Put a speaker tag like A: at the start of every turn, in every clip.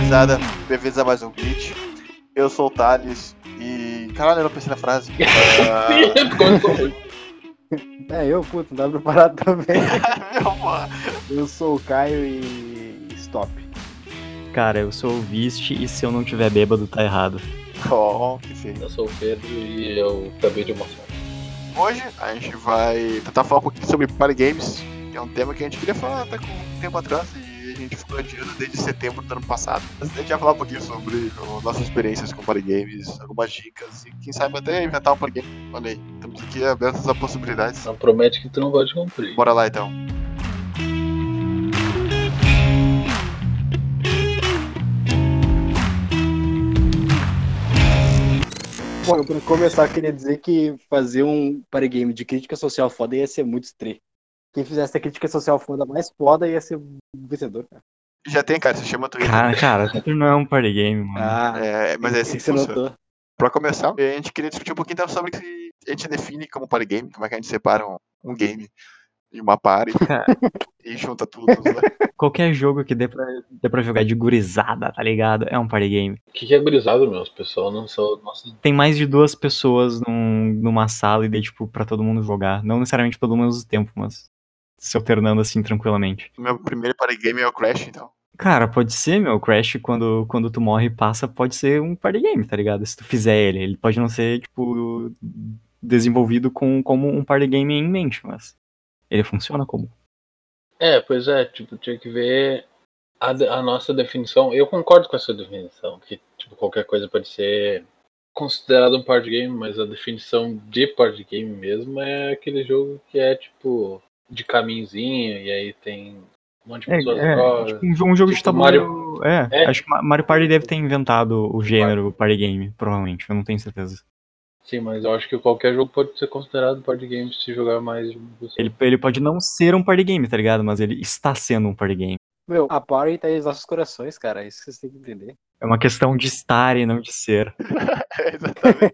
A: risada. Bem-vindos a mais um Glitch. Eu sou o Thales e. Caralho, eu não pensei na frase. Ah,
B: É, eu, puto, não dá pra preparar também.
A: meu, mano.
B: Eu sou o Caio e. Stop.
C: Cara, eu sou o Viste e se eu não tiver bêbado, tá errado.
A: Oh, que feio.
D: Eu sou o Pedro e eu acabei de almoçar.
A: Hoje a gente vai tentar falar um pouquinho sobre Party Games, que é um tema que a gente queria falar até com um tempo atrás e a gente ficou adiando desde setembro do ano passado. Mas a gente vai falar um pouquinho sobre ó, nossas experiências com Party Games, algumas dicas e quem sabe até inventar um Party Game. Olha aí, estamos aqui abertos a possibilidades.
D: Não promete que tu não vai te cumprir.
A: Bora lá então.
B: Bom, eu pra começar queria dizer que fazer um party game de crítica social foda ia ser muito estranho. Quem fizesse a crítica social foda mais foda ia ser o vencedor. cara.
A: Já tem, cara, se chama Twitter.
C: Cara, cara, Twitter não é um party game, mano.
B: Ah,
A: É, mas é assim que
B: você
A: funciona.
B: notou.
A: Pra começar, a gente queria discutir um pouquinho então, sobre o que a gente define como party game, como é que a gente separa um, um game de uma party e junta tudo. né?
C: Qualquer jogo que dê pra, dê pra jogar de gurizada, tá ligado? É um party game.
D: O que, que é gurizado, meu? Os pessoal não são. Nossa,
C: Tem mais de duas pessoas num- numa sala e daí, tipo, pra todo mundo jogar. Não necessariamente todo mundo ao mesmo tempo, mas se alternando assim tranquilamente.
A: O meu primeiro party game é o Crash, então.
C: Cara, pode ser, meu, Crash, quando, quando tu morre e passa, pode ser um party game, tá ligado? Se tu fizer ele. Ele pode não ser, tipo, desenvolvido com, como um party game em mente, mas ele funciona como.
D: É, pois é, tipo, tinha que ver a, de- a nossa definição. Eu concordo com essa definição, que tipo, qualquer coisa pode ser considerado um party game, mas a definição de party game mesmo é aquele jogo que é tipo de caminhozinho e aí tem um monte de
C: É,
D: pessoas
C: é,
D: jogam.
C: acho que um, jo- um jogo de
D: Tipo,
C: tabuleiro. É,
D: É.
C: acho que Ma- Mario Party deve ter inventado o gênero party game, provavelmente. Eu não tenho certeza.
D: Sim, mas eu acho que qualquer jogo pode ser considerado party game se jogar mais de uma pessoa.
C: Ele, ele pode não ser um party game, tá ligado? Mas ele está sendo um party game.
B: Meu, a party tá aí nos nossos corações, cara. Isso que vocês têm que entender.
C: É uma questão de estar e não de ser.
A: É, exatamente.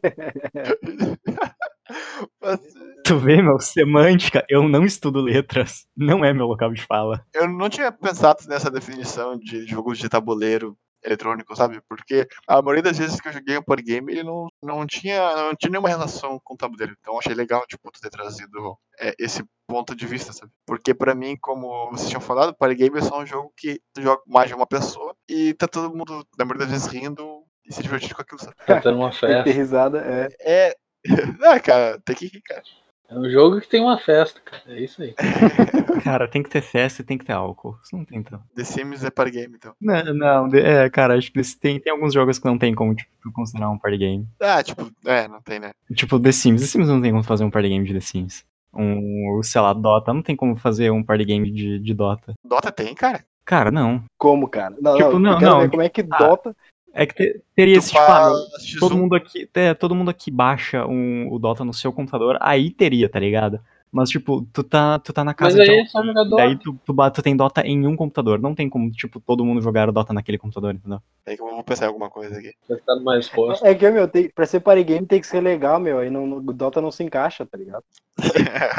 A: Mas
C: Tu vê, meu, semântica, eu não estudo letras. Não é meu local de fala.
A: eu não tinha pensado nessa definição de jogos de tabuleiro eletrônico, sabe? Porque a maioria das vezes que eu joguei um party game, ele não, não, tinha, não tinha nenhuma relação com o tabuleiro. Então achei legal, tipo, tu ter trazido é, esse ponto de vista, sabe? Porque pra mim, como vocês tinham falado, party game é só um jogo que tu joga com mais de uma pessoa e tá todo mundo, na maioria das vezes, rindo e se divertindo com aquilo, sabe?
D: Tá tendo uma
B: Tem que ter
D: festa.
B: risada, é.
A: É... Ah, cara, tem que rir, cara.
D: É um jogo que tem uma festa, cara. É isso aí.
C: Cara, tem que ter festa e tem que ter álcool. Isso não tem tanto.
A: The Sims é party game, então.
C: Não, não, de- é, cara, acho que desse- tem, tem alguns jogos que não tem como, tipo, tu considerar um party game.
A: Ah, tipo, é, não tem, né?
C: Tipo, The Sims. The Sims não tem como fazer um party game de The Sims. Um, sei lá, Dota. Não tem como fazer um party game de, de Dota.
A: Dota tem, cara.
C: Cara, não.
B: Como, cara? Não,
C: Tipo,
B: não,
C: não,
B: eu quero
C: não.
B: ver como é que Dota.
C: É que te- teria
A: Tu
C: esse, tipo, ah, meu,
A: faz X1,
C: todo mundo aqui, é, todo mundo aqui baixa um, o Dota no seu computador, aí teria, tá ligado? Mas, tipo, tu tá, tu tá na
D: Mas
C: casa
D: aí
C: de
D: é
C: alguém,
D: só jogador.
C: daí tu, tu, ba- tu tem Dota em um computador. Não tem como, tipo, todo mundo jogar o Dota naquele computador, entendeu?
A: Peraí que eu vou pensar em alguma coisa aqui.
D: Vai estar numa resposta.
B: É que, meu, tem, pra ser party game tem que ser legal, meu. Aí não, no- Dota não se encaixa, tá ligado?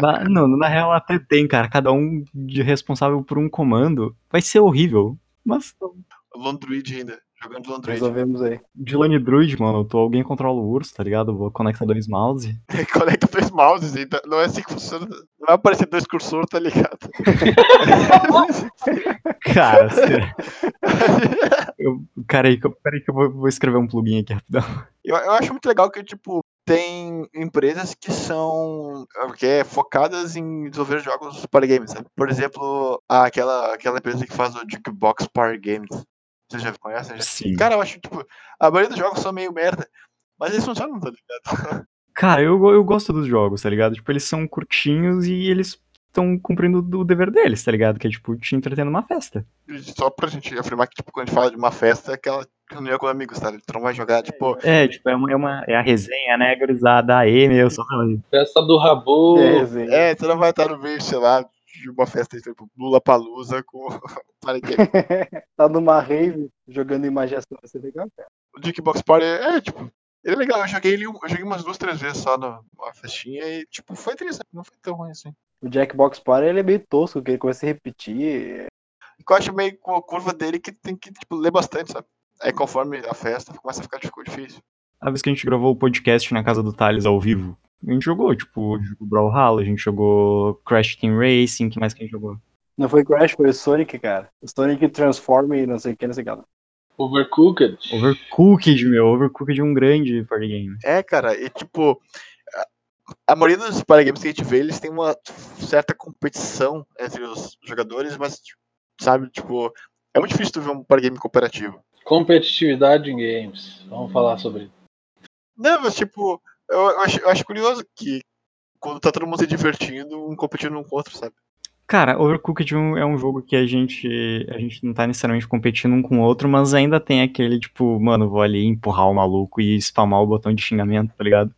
C: Na, não, na real até tem, cara. Cada um de responsável por um comando vai ser horrível. Mas
A: Londruid ainda. Jogando Londruid.
B: Resolvemos aí.
C: Dylan Druid, mano, tu, alguém controla o urso, tá ligado? Vou conectar dois mouse.
A: Conecta dois mouses ainda. Não é assim que funciona. Não vai aparecer dois cursor, tá ligado?
C: Cara, sério. eu, cara, aí, que eu- peraí que eu vou, vou escrever um plugin aqui rapidão.
A: eu, eu acho muito legal que, tipo, tem empresas que são é, que é, focadas em desenvolver jogos para games, sabe? Por exemplo, a- aquela, aquela empresa que faz o Jukebox Power Games. Vocês já conhecem? Já?
C: Sim.
A: Cara, eu acho, tipo, a maioria dos jogos são meio merda. Mas eles funcionam, tá ligado?
C: Cara, eu, go- eu gosto dos jogos, tá ligado? Tipo, eles são curtinhos e eles estão cumprindo o dever deles, tá ligado? Que é, tipo, te entreter numa festa.
A: E Só pra gente afirmar que, tipo, quando a gente fala de uma festa, é aquela reunião com amigos, tá? Tu não vai jogar, tipo,
C: É, tipo, é, uma, é, uma- é a resenha, né, gurizada? Aê, meu, só falando.
D: Festa do Rabu.
B: É, resenha.
A: É, tu não vai estar no meio, sei lá, de uma festa tipo Lula Palusa com Party Game.
B: tá numa rave jogando imaginação, vai ser legal, cara.
A: O Jukebox Party é, tipo, ele é legal. Eu joguei ele, um- eu joguei umas duas, três vezes só na- numa festinha e, tipo, foi triste, não foi tão ruim assim.
B: O Jackbox Party ele é meio tosco, que ele começa a repetir.
A: O que eu acho meio com a curva dele que tem que, tipo, ler bastante, sabe? Aí conforme a festa começa a ficar ficou difícil.
C: A vez que a gente gravou o podcast na casa do Thales ao vivo, a gente jogou, tipo, a gente jogou Brawlhalla, a gente jogou Crash Team Racing, que mais que a gente jogou?
B: Não foi Crash, foi o Sonic, cara. O Sonic Transform e não sei o que, não sei o que. lá.
D: Overcooked.
C: Overcooked, meu, Overcooked é um grande party game.
A: É, cara, e tipo, a- a maioria dos paragames que a gente vê, eles têm uma certa competição entre os jogadores, mas, tipo, sabe, tipo, é muito difícil tu ver um paragame cooperativo.
D: Competitividade em games. Vamos falar sobre.
A: Não, mas tipo, eu, eu acho, eu acho curioso que quando tá todo mundo se divertindo, um competindo um com o outro, sabe?
C: Cara, Overcooked é um- é um jogo que a gente, a gente não tá necessariamente competindo um com o outro, mas ainda tem aquele, tipo, mano, vou ali empurrar o maluco e spamar o botão de xingamento, tá ligado?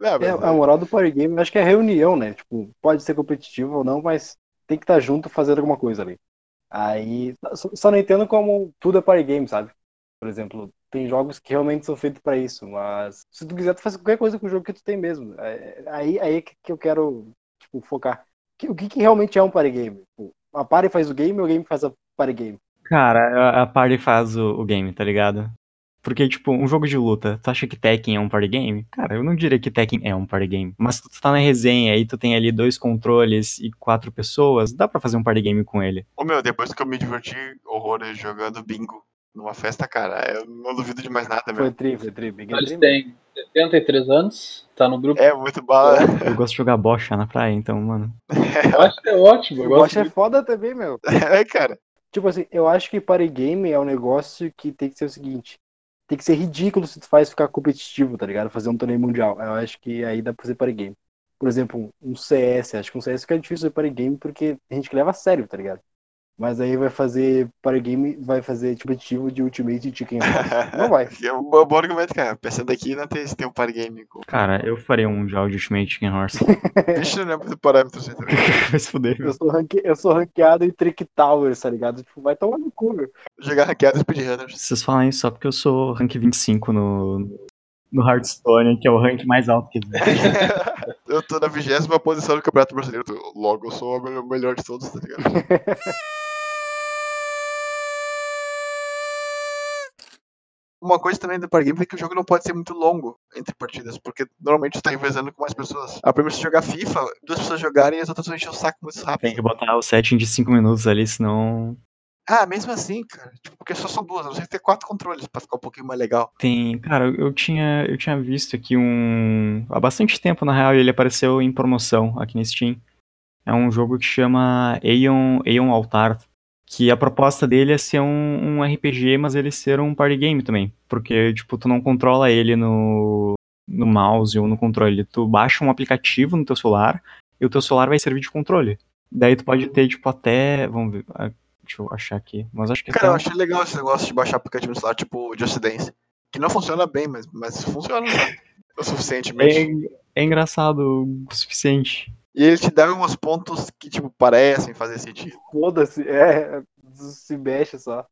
A: Não,
B: É,
A: mas,
B: a moral do party game, eu acho que é reunião, né? Tipo, pode ser competitivo ou não, mas tem que estar junto fazendo alguma coisa ali. Aí, só, só não entendo como tudo é party game, sabe? Por exemplo, tem jogos que realmente são feitos pra isso, mas se tu quiser, tu faz qualquer coisa com o jogo que tu tem mesmo. É, Aí, aí é que que eu quero, tipo, focar. Que- O que, que realmente é um party game? Tipo, a party faz o game ou o game faz a party game?
C: Cara, a, a party faz o, o game, tá ligado? Porque, tipo, um jogo de luta, tu acha que Tekken é um party game? Cara, eu não diria que Tekken é um party game. Mas tu tá na resenha e tu tem ali dois controles e quatro pessoas, dá pra fazer um party game com ele.
A: Ô meu, depois que eu me diverti horrores jogando bingo numa festa, cara, eu não duvido de mais nada, meu.
B: Foi tri, foi tri. Big
D: Eles
B: Dream.
D: têm 73 anos, tá no grupo.
A: É muito bala.
C: Eu gosto de jogar bocha na praia, então, mano.
D: Eu acho que é ótimo. Eu
B: Eu
D: gosto
B: gosto é
D: muito.
B: foda também, meu.
A: É, cara.
B: Tipo assim, eu acho que party game é um negócio que tem que ser o seguinte. Tem que ser ridículo se tu faz ficar competitivo, tá ligado? Fazer um torneio mundial. Eu acho que aí dá pra fazer party game. Por exemplo, um CS. Acho que um CS fica difícil fazer party game porque a gente que leva a sério, tá ligado? Mas aí vai fazer party game, vai fazer tipo ativo de Ultimate e Chicken. Run. Não vai.
A: Que é um bom bom argumento, cara. Pensando aqui, não tem, se tem um par game. com-
C: Cara, eu faria um já de Ultimate Chicken Horse.
A: Vixe, não lembro do parâmetro. assim, também.
C: Vai se fuder, meu.
B: Eu sou, ranque... eu sou ranqueado em Trick Towers, tá ligado? Tipo, vai tomar no cu, meu.
A: Jogar hackeado speedrunners.
C: Vocês falam isso só porque eu sou rank 25 no, no Hearthstone, que é o rank mais alto que
A: Eu tô na vigésima posição do Campeonato Brasileiro. tô- Logo, eu sou o melhor- melhor de todos, tá ligado? Uma coisa também do par game é que o jogo não pode ser muito longo entre partidas, porque normalmente tu tá revezando com mais pessoas. A primeira se jogar FIFA, duas pessoas jogarem e as outras vão encher o saco muito rápido.
C: Tem que botar o setting de 5 minutos ali, senão
A: Ah, mesmo assim, cara. Tipo, porque só são duas, você tem ter quatro controles pra ficar um pouquinho mais legal.
C: Tem, cara, eu eu tinha, eu tinha visto aqui um. Há bastante tempo, na real, e ele apareceu em promoção aqui na Steam. É um jogo que chama Aeon, Aeon Altar. Que a proposta dele é ser um, um RPG, mas ele ser um party game também. Porque, tipo, tu não controla ele no, no mouse ou no controle. Tu baixa um aplicativo no teu celular e o teu celular vai servir de controle. Daí tu pode ter, tipo, até. Vamos ver. ah, Deixa eu achar aqui. Mas acho que
A: Cara, eu
C: até.
A: achei legal esse negócio de baixar aplicativo no celular, tipo Just Dance. Que não funciona bem, mas, mas funciona né? o suficientemente.
C: É, é engraçado o suficiente.
A: E ele te dá alguns pontos que, tipo, parecem fazer sentido.
B: Foda-se, é, se mexe só.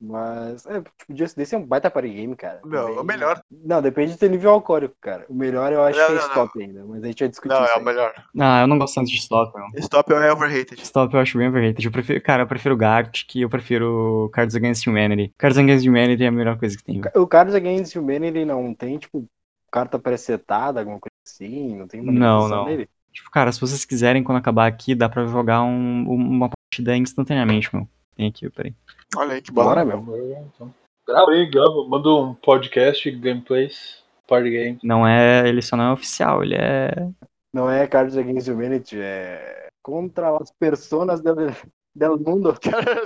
B: Mas, é, tipo, Just Dance é um baita party game, cara.
A: Não, é o
B: Também-
A: melhor.
B: Não, depende do teu nível alcoólico, cara. O melhor eu acho
A: Não,
B: que é
A: não,
B: stop ainda, mas a gente vai discutir
A: Não,
B: isso
A: é
B: aí.
A: o melhor.
C: Ah, eu não gosto tanto de Stop, não.
A: Stop é overrated.
C: Stop eu acho bem overrated. Eu prefiro, cara, eu prefiro Gartic e eu prefiro Cards Against Humanity. Cards Against Humanity é a melhor coisa que tem. velho.
B: O Cards Against Humanity não tem, tipo, carta presetada, alguma coisa assim, não tem
C: Não,
B: manipulação
C: não.
B: dele.
C: Tipo, cara, se vocês quiserem, quando acabar aqui, dá pra jogar um- uma partida instantaneamente, meu. Tem aqui, peraí.
A: Olha aí que bala.
B: Bora, meu.
D: Então, Grava aí, grava. Manda um podcast, gameplays, party game.
C: Não é. Ele só não é oficial, ele é.
B: Não é Cards Against Humanity, é contra as personas del, del mundo.
A: Cara,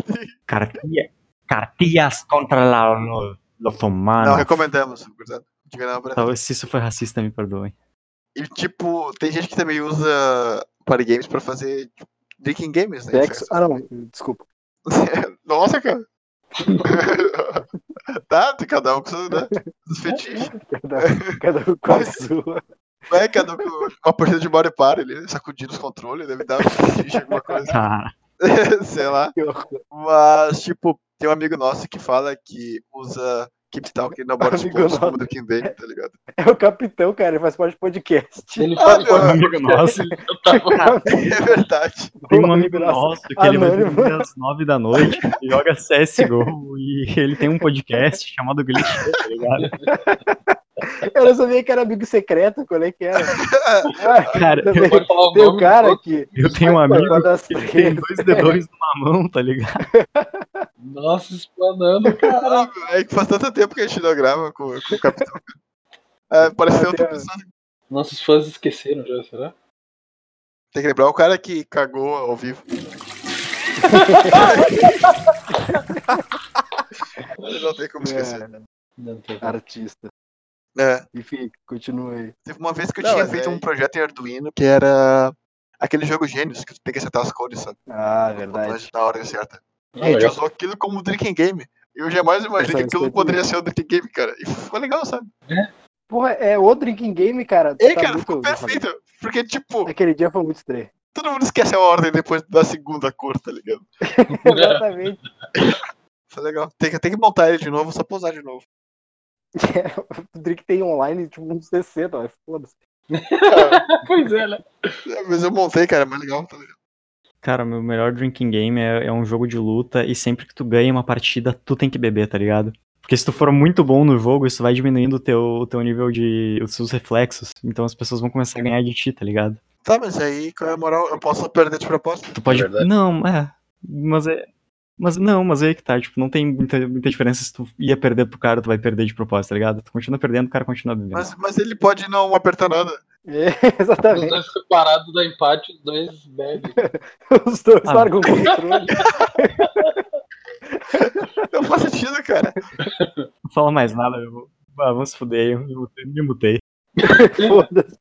C: Cartilha. Cartillas contra la, lo, los
A: não,
B: Ah,
C: humanos.
A: recomendamos. gurizada. Diga não pra-
C: Talvez se isso foi racista, me perdoem.
A: E, tipo, tem gente que também usa party games pra fazer tipo, drinking games, né?
B: Sexo. Ah, não, desculpa.
A: Nossa, cara. tá, tem cada um com seus, né, seus fetiches.
B: Cada, cada um com a sua.
A: Vai, cada um com com a partida de Mario Party, ele sacudindo os controles, deve dar um fetiche, alguma coisa. assim,
C: Cara,
A: Sei lá.
B: Que horror.
A: Mas, tipo, tem um amigo nosso que fala que usa Keepstalker elabora os
B: Amigo
A: planos
B: nosso.
A: como do Kim Day, tá ligado?
B: É o capitão, cara, ele faz parte do podcast.
D: Ele Tá,
A: faz
D: faz
A: parte
C: do amigo nosso.
D: Eu
B: tipo,
D: tava
A: É verdade.
C: Tem um amigo nosso que ele vai
B: Anônimo.
C: dormir às 9 da noite, ele joga CSGO e ele tem um podcast chamado Glitch, tá ligado?
B: Eu não sabia que era amigo secreto, qual é que era. Ah,
C: Cara,
B: Também
D: pode falar o
B: tem um
D: nome.
B: cara que
C: Eu tenho um amigo
B: Quando as
C: que tem
B: três,
C: dois dedões numa mão, tá ligado?
D: Nossa, explanando, cara.
A: Caralho, é que faz tanto tempo que a gente não grava com, com o Capitão. É, parece
B: Ah,
A: ser outra pessoa.
D: Nossos fãs esqueceram já, será?
A: Tem que lembrar o cara que cagou ao vivo. não tem como esquecer.
B: é,
D: Não tem.
B: artista.
A: É.
B: Enfim, continue aí.
A: Teve uma vez que eu
B: Não,
A: tinha
B: mas
A: feito
B: é-
A: um projeto em Arduino que era aquele jogo Gênios, que tu tem que acertar as cores, sabe?
B: Ah,
A: Verdade.
B: verdade.
A: Na hora certa.
D: Ah,
A: A gente
D: legal.
A: usou aquilo como drinking game. Eu jamais imaginei que
B: Essa
A: aquilo
B: respeito
A: poderia ser um drinking game, cara. E ficou legal, sabe?
B: Porra, é o drinking game, cara.
A: É,
B: tá
A: cara,
B: muito
A: ficou
B: ouvido,
A: perfeito. Porque,
B: sabe?
A: tipo,
B: Aquele dia foi muito estranho.
A: todo mundo esquece a ordem depois da segunda cor, tá ligado?
B: Exatamente.
A: Isso é legal. Tem que, tem que montar ele de novo, só pousar de novo.
B: O drink tem online, tipo, uns 60, mas foda-se.
A: Cara,
D: Pois é, né?
A: é, mas eu montei, cara, é mais legal, tá ligado?
C: Cara, meu melhor drinking game é, é um jogo de luta e sempre que tu ganha uma partida, tu tem que beber, tá ligado? Porque se tu for muito bom no jogo, isso vai diminuindo o teu, o teu nível de. os seus reflexos. Então as pessoas vão começar a ganhar de ti, tá ligado?
A: Tá, mas aí, qual é a moral? Eu posso perder de propósito?
C: Tu pode.
D: verdade.
C: não, é. Mas é. Mas não, mas aí que tá, tipo, não tem muita, muita diferença se tu ia perder pro cara, tu vai perder de propósito, tá ligado? Tu continua perdendo, o cara continua bebendo.
A: Mas, mas ele pode não apertar nada.
B: É,
D: Os
B: exatamente.
D: dois separados da empate, os dois bebem.
B: Os dois
C: Ah.
B: largam o controle.
A: Não faz sentido, cara.
C: Não fala mais nada, eu vou. Ah, vamos se fuder, eu me mutei- me mutei.
B: Foda-se.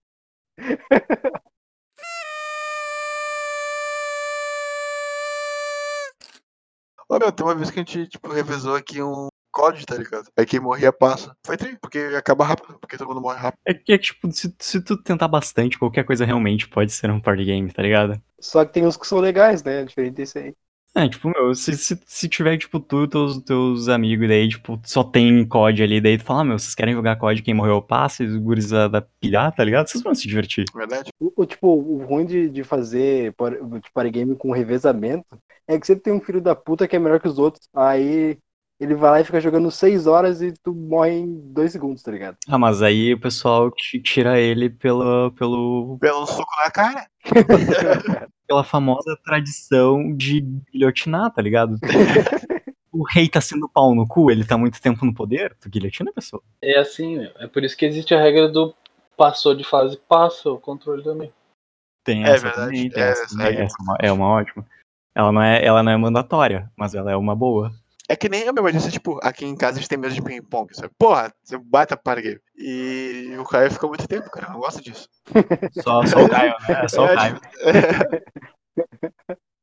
A: Ô, meu, tem uma vez que a gente, tipo, revezou aqui um COD, tá ligado? Aí quem morria passa. Foi tri, porque acaba rápido, porque todo mundo morre rápido.
C: É que, é que, tipo, se, se tu tentar bastante, qualquer coisa realmente pode ser um party game, tá ligado?
B: Só que tem uns que são legais, né? Diferente desse aí.
C: É, tipo, meu, se, se, se tiver, tipo, tu e teus, teus amigos, daí, tipo, só tem COD ali, daí tu fala, ah, meu, vocês querem jogar COD, quem morreu passa, e os guris da, da pilhar, tá ligado? Vocês vão se divertir.
A: Na verdade,
B: O, o, tipo, o ruim de, de fazer par- de party game com revezamento é que sempre tem um filho da puta que é melhor que os outros. Aí ele vai lá e fica jogando 6 horas e tu morre em 2 segundos, tá ligado?
C: Ah, mas aí o pessoal ti- tira ele pela, pelo,
A: pelo um soco na cara.
C: pela famosa tradição de guilhotinar, tá ligado? o rei tá sendo pau no cu, ele tá muito tempo no poder, tu guilhotina a pessoa.
D: É assim, meu. É por isso que existe a regra do passou de fase, passa o controle também.
C: Tem
A: É
C: essa
A: verdade,
C: também, tem
A: é,
C: essa,
A: essa
C: também,
A: é-
C: essa é uma- é uma ótima. Ela não é, ela não é mandatória, mas ela é uma boa.
A: É que nem eu me imagino, tipo, aqui em casa a gente tem mesa de ping-pong, sabe? Porra, você bata para game. E o Caio ficou muito tempo, cara, eu não gosto disso.
C: Só, só o Caio, né? É só o
A: É,
C: Caio.
A: tipo,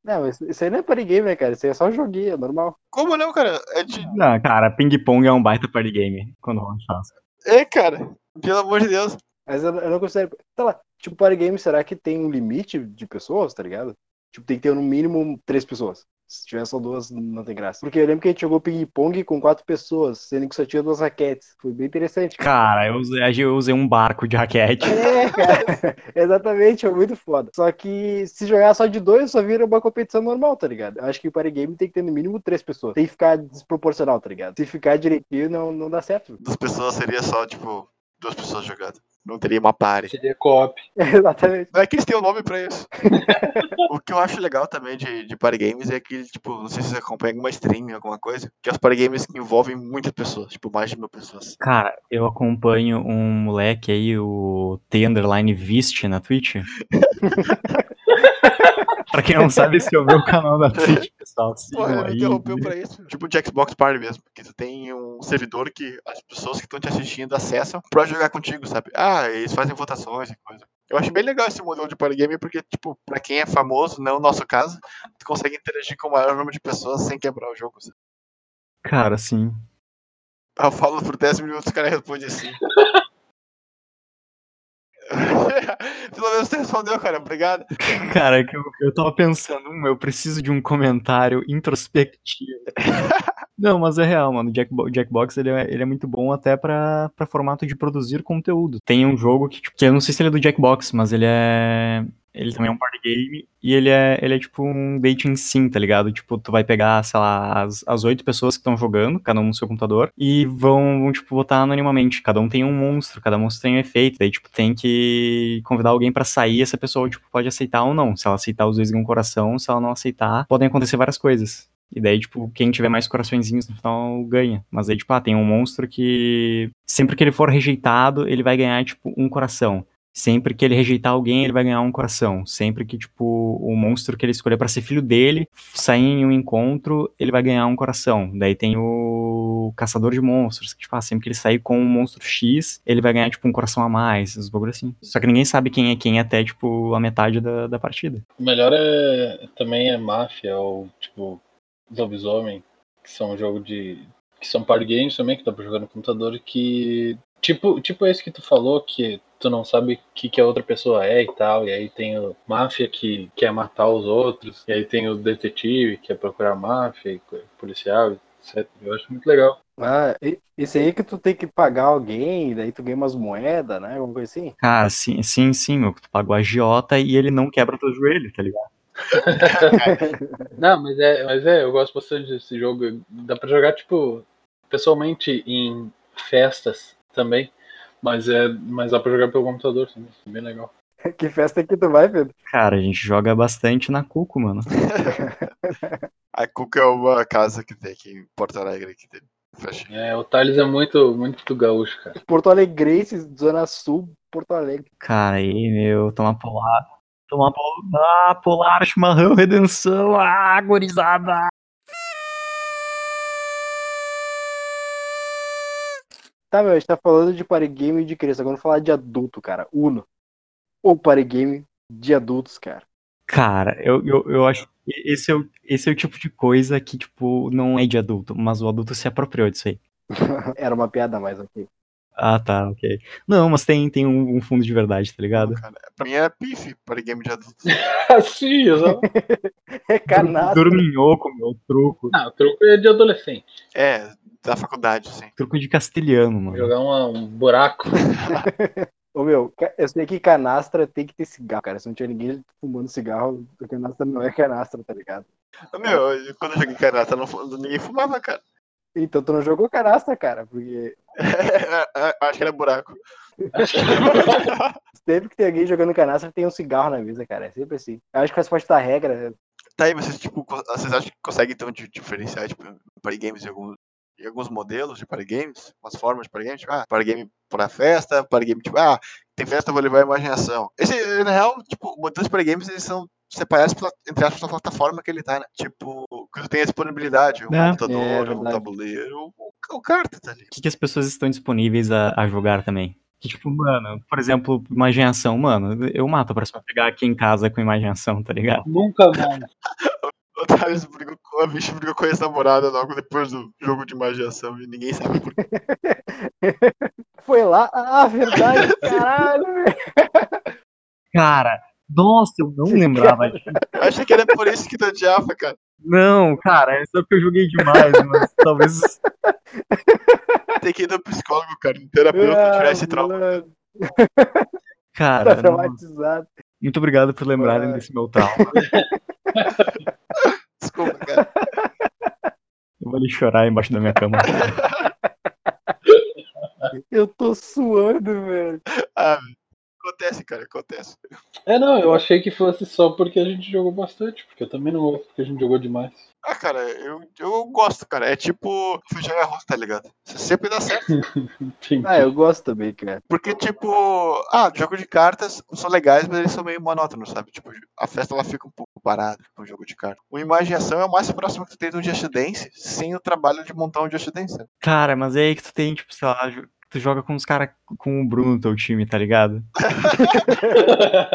B: Não, mas isso aí não é party game, né, cara? Isso aí é só joguinho, é normal.
A: Como não, cara? É, de...
C: Não, cara, ping-pong é um baita party game quando rola um chance.
A: é, cara, pelo amor de Deus.
B: Mas eu, eu não considero. Tá lá, tipo, party game, será que tem um limite de pessoas, tá ligado? Tipo, tem que ter no mínimo três pessoas. Se tiver só duas, não tem graça. Porque eu lembro que a gente jogou ping-pong com quatro pessoas, sendo que só tinha duas raquetes. Foi bem interessante.
C: Cara, eu usei, eu usei um barco de raquete.
B: É, cara. Exatamente, é muito foda. Só que se jogar só de dois, só vira uma competição normal, tá ligado? Eu acho que o party game tem que ter no mínimo três pessoas. Tem que ficar desproporcional, tá ligado? Se ficar direitinho, não, não dá certo.
A: Duas pessoas seria só, tipo, duas pessoas jogando. Não teria uma party.
D: Seria co-op.
B: Exatamente.
A: Não é que eles têm um nome pra isso. o que eu acho legal também de, de party games é que, tipo, não sei se vocês acompanham alguma stream, alguma coisa, que é os party games que envolvem muitas pessoas, tipo, mais de mil pessoas.
C: Cara, eu acompanho um moleque aí, o T Underline Vist na Twitch. pra quem não sabe, esse é o meu canal da Twitch, pessoal. Sigam
A: Porra, ele
C: aí.
A: me interrompeu pra isso. Tipo de Xbox Party mesmo, que tu tem um servidor que as pessoas que estão te assistindo acessam pra jogar contigo, sabe? Ah, eles fazem votações e coisa. Eu acho bem legal esse modelo de party game, porque, tipo, pra quem é famoso, não o nosso caso, tu consegue interagir com o maior número de pessoas sem quebrar o jogo, sabe?
C: Cara, assim, sim.
A: Eu falo por 10 minutos, o cara responde assim. Pelo menos você respondeu, cara. Obrigado.
C: Cara, é que eu, eu tava pensando, hum, eu preciso de um comentário introspectivo. Não, mas é real, mano. O Jackbo Jackbox ele é, ele é muito bom até pra, pra formato de produzir conteúdo. Tem um jogo que, tipo, que eu não sei se ele é do Jackbox, mas ele é. Ele também é um party game e ele é, ele é tipo um dating sim, tá ligado? Tipo, tu vai pegar, sei lá, as as oito pessoas que estão jogando, cada um no seu computador, e vão, vão, tipo, votar anonimamente. Cada um tem um monstro, cada monstro tem um efeito. Daí, tipo, tem que convidar alguém pra sair, essa pessoa, tipo, pode aceitar ou não. Se ela aceitar, os dois ganham um coração. Se ela não aceitar, podem acontecer várias coisas. E daí, tipo, quem tiver mais coraçõezinhos no final ganha. Mas aí, tipo, ah, tem um monstro que sempre que ele for rejeitado, ele vai ganhar, tipo, um coração. Sempre que ele rejeitar alguém, ele vai ganhar um coração. Sempre que, tipo, o monstro que ele escolher pra ser filho dele sair em um encontro, ele vai ganhar um coração. Daí tem o caçador de monstros, que, tipo, ah, sempre que ele sair com um monstro X, ele vai ganhar, tipo, um coração a mais, uns bagulho assim. Só que ninguém sabe quem é quem até, tipo, a metade da, da partida.
D: O melhor é também é máfia ou tipo lobisomem, que são um jogo de. que são party games também, que dá pra jogar no computador, que. Tipo, tipo esse que tu falou, que tu não sabe o que, que a outra pessoa é e tal, e aí tem o máfia que quer matar os outros, e aí tem o detetive que quer procurar máfia, e co- policial, etc. Eu acho muito legal.
B: Ah, e- esse aí que tu tem que pagar alguém, daí tu ganha umas moedas, né? Alguma coisa assim.
C: Cara, sim, sim, sim, meu. Tu pagou a agiota e ele não quebra teu joelho, tá ligado?
D: Não, mas é, mas é, eu gosto bastante desse jogo. Dá pra jogar, tipo, pessoalmente em festas também. Mas é. Mas dá pra jogar pelo computador também. É bem legal.
B: que festa que tu vai, Pedro?
C: Cara, a gente joga bastante na cuco, mano.
A: A Cuca é uma casa que tem aqui em Porto Alegre que tem festinha.
D: É, o Thales é muito, muito gaúcho, cara.
B: Porto Alegrense, Zona Sul, Porto Alegre.
C: Cara, aí, meu, tomar polar. Tomar polar, ah, polar, chimarrão, redenção, ah, gurizada.
B: Tá, meu, a gente tá falando de party game de criança. Agora vamos falar de adulto, cara. Uno. Ou party game de adultos, cara.
C: Cara, eu, eu, eu acho que esse é, o, esse é o tipo de coisa que, tipo, não é de adulto, mas o adulto se apropriou disso aí.
B: Era uma piada mais aqui.
C: Ah, tá, ok. Não, mas tem, tem um, um fundo de verdade, tá ligado?
A: Cara, pra mim era pife para game de adulto.
D: Sim, exato.
B: É canado.
C: Dorminhoco, meu, truco.
D: Ah, o truco é de adolescente.
A: É, da faculdade, sim.
C: Truco de castelhano, mano.
D: Jogar uma- um buraco.
B: Ô, meu, ca- eu sei que canastra tem que ter cigarro, cara. Se não tinha ninguém fumando cigarro, a canastra não é canastra, tá ligado?
A: Meu, eu- quando eu joguei Karata, não fu- ninguém fumava, cara. É,
B: Então tu não jogou canastra, cara, porque
A: Acho que era buraco.
B: sempre que tem alguém jogando canastra tem um cigarro na mesa, cara. É sempre assim. Eu acho que faz parte da regra.
A: Tá aí, vocês, tipo, co- vocês acham que conseguem então di- diferenciar, tipo, party games em alguns, em alguns modelos de party games, umas formas de party games, tipo, ah, party game pra festa, party game, tipo, ah, tem festa, vou levar a imaginação. Esse, eh, na real, tipo, modelos de party games, eles são separados, pela, entre aspas, pela plataforma que ele tá, né? Tipo, que tu tem a disponibilidade, o
C: É.
B: É,
A: computador, o
B: verdade.
A: tabuleiro, o, o carta, tá ali.
C: O que, que as pessoas estão disponíveis a, a jogar também? Que, tipo, mano, por exemplo, imaginação, mano, eu mato pra só pegar aqui em casa com imaginação, tá ligado?
D: Nunca mais.
A: O Thales brigou com a bicha, brigou com a ex-namorada logo depois do jogo de imaginação e ninguém sabe por quê.
B: Foi lá. Ah, verdade, caralho, velho.
C: Cara, nossa, eu não lembrava.
A: Eu achei que era por isso que tu odiava, cara.
C: Não, cara, é só porque eu joguei demais, mas talvez.
A: Tem que ir no psicólogo, cara, no terapeuta, pra tirar esse
B: Ah,
A: trauma.
B: mano,
C: Cara,
B: Tá
C: não-
B: traumatizado.
C: muito obrigado por lembrarem
B: Ah.
C: desse meu trauma.
A: Desculpa, cara.
C: Eu vou ali chorar embaixo da minha cama.
B: Eu tô suando, velho.
A: Ah, acontece, cara, acontece.
D: É, não, eu achei que fosse só porque a gente jogou bastante. Porque eu também não gosto porque a gente jogou demais.
A: Ah, cara, eu, eu gosto, cara. É tipo feijão e arroz, tá ligado? Isso sempre dá certo.
D: Enfim.
B: Ah, eu gosto também, cara.
A: Porque, tipo, ah, jogo de cartas são legais, mas eles são meio monótonos, sabe? Tipo, a festa ela fica um pouco parada com o jogo de cartas. O imaginação é o mais próximo que tu tem de um Just Dance, sem o trabalho de montar um Just Dance. sabe?
C: Cara, mas é aí que tu tem, tipo, sei lá, jo- tu joga com os caras com o Bruno no teu time, tá ligado?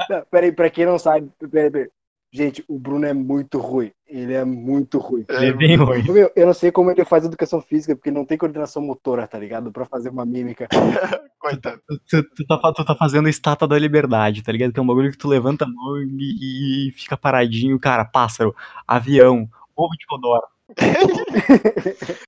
B: Não, peraí, pra quem não sabe, peraí, peraí. Gente, o Bruno é muito ruim. Ele é muito ruim.
C: Ele é bem ruim.
B: Ô, meu, eu não sei como ele faz educação física, porque ele não tem coordenação motora, tá ligado? Pra fazer uma mímica.
A: Coitado.
C: Tu, tu- tu tá, fa- tu tá fazendo a estátua da liberdade, tá ligado? Que é um bagulho que tu levanta a mão e, e fica paradinho, cara, pássaro, avião, ovo de codorna.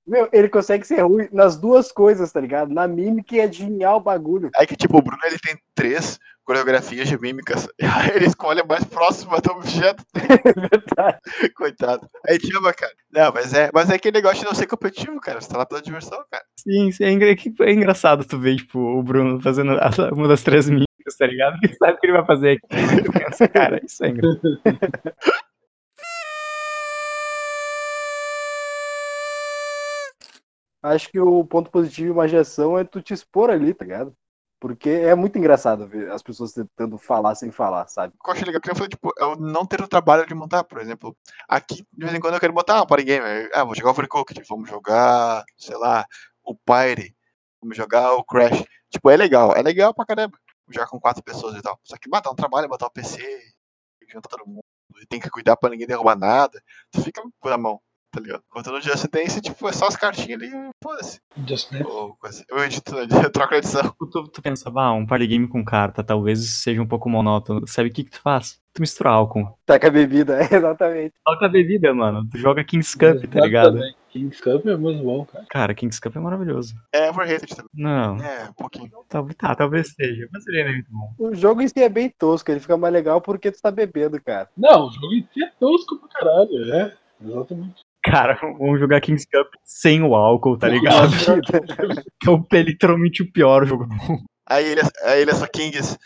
B: Meu, ele consegue ser ruim nas duas coisas, tá ligado? Na mímica e adivinhar o bagulho.
A: É que, tipo, o Bruno ele tem três coreografias de mímicas. Aí ele escolhe a mais próxima do objeto.
B: Verdade.
A: Coitado. Aí te ama, cara. Não, mas é, mas é que negócio de não ser competitivo, cara. Você tá lá pela diversão, cara.
C: Sim, sim, é, engra- que- é engraçado tu ver, tipo, o Bruno fazendo a- uma das três mímicas, tá ligado? Ele sabe o que ele vai fazer aqui. Tu pensa, Cara, isso é engraçado.
B: Acho que o ponto positivo de uma gestão é tu te expor ali, tá ligado? Porque é muito engraçado ver as pessoas tentando falar sem falar, sabe?
A: O que eu achei legal que eu falei, tipo, eu não ter o trabalho de montar, por exemplo. Aqui, de vez em quando, eu quero botar uma party game. Aí, Ah, vou jogar o Free Cooked, vamos jogar, sei lá, o Pyre, vamos jogar o Crash. Tipo, é legal, é legal pra caramba. Jogar com quatro pessoas e tal. Só que, bah, dá um trabalho botar o PC, juntar todo mundo, e tem que cuidar pra ninguém derrubar nada. Tu fica na mão, tá ligado? Enquanto no Just Dance, tipo, é só as cartinhas ali, e foda-se.
D: Just Dance.
A: Ou coisa. assim. Eu edito, eu troco a edição.
C: Tu, tu pensa, ah, um party game com carta, talvez isso seja um pouco monótono. Sabe o que, que tu faz? Tu mistura álcool.
B: Taca a bebida, exatamente.
C: Falta bebida, mano. Tu joga King's Cup, tá ligado?
D: Exatamente. King's Cup é muito bom, cara.
C: Cara, King's Cup é maravilhoso.
A: É, overrated também.
C: Não,
A: É, um pouquinho.
C: tal- tá, talvez seja, mas ele é muito bom.
B: O jogo em si é bem tosco, ele fica mais legal porque tu tá bebendo, cara.
D: Não, o jogo em si é tosco pra caralho, é. Exatamente.
C: Cara, vamos jogar King's Cup sem o álcool, tá ligado?
D: Nossa,
C: Então é literalmente o pior jogo do mundo.
A: A ilha, a ilha é só Kings.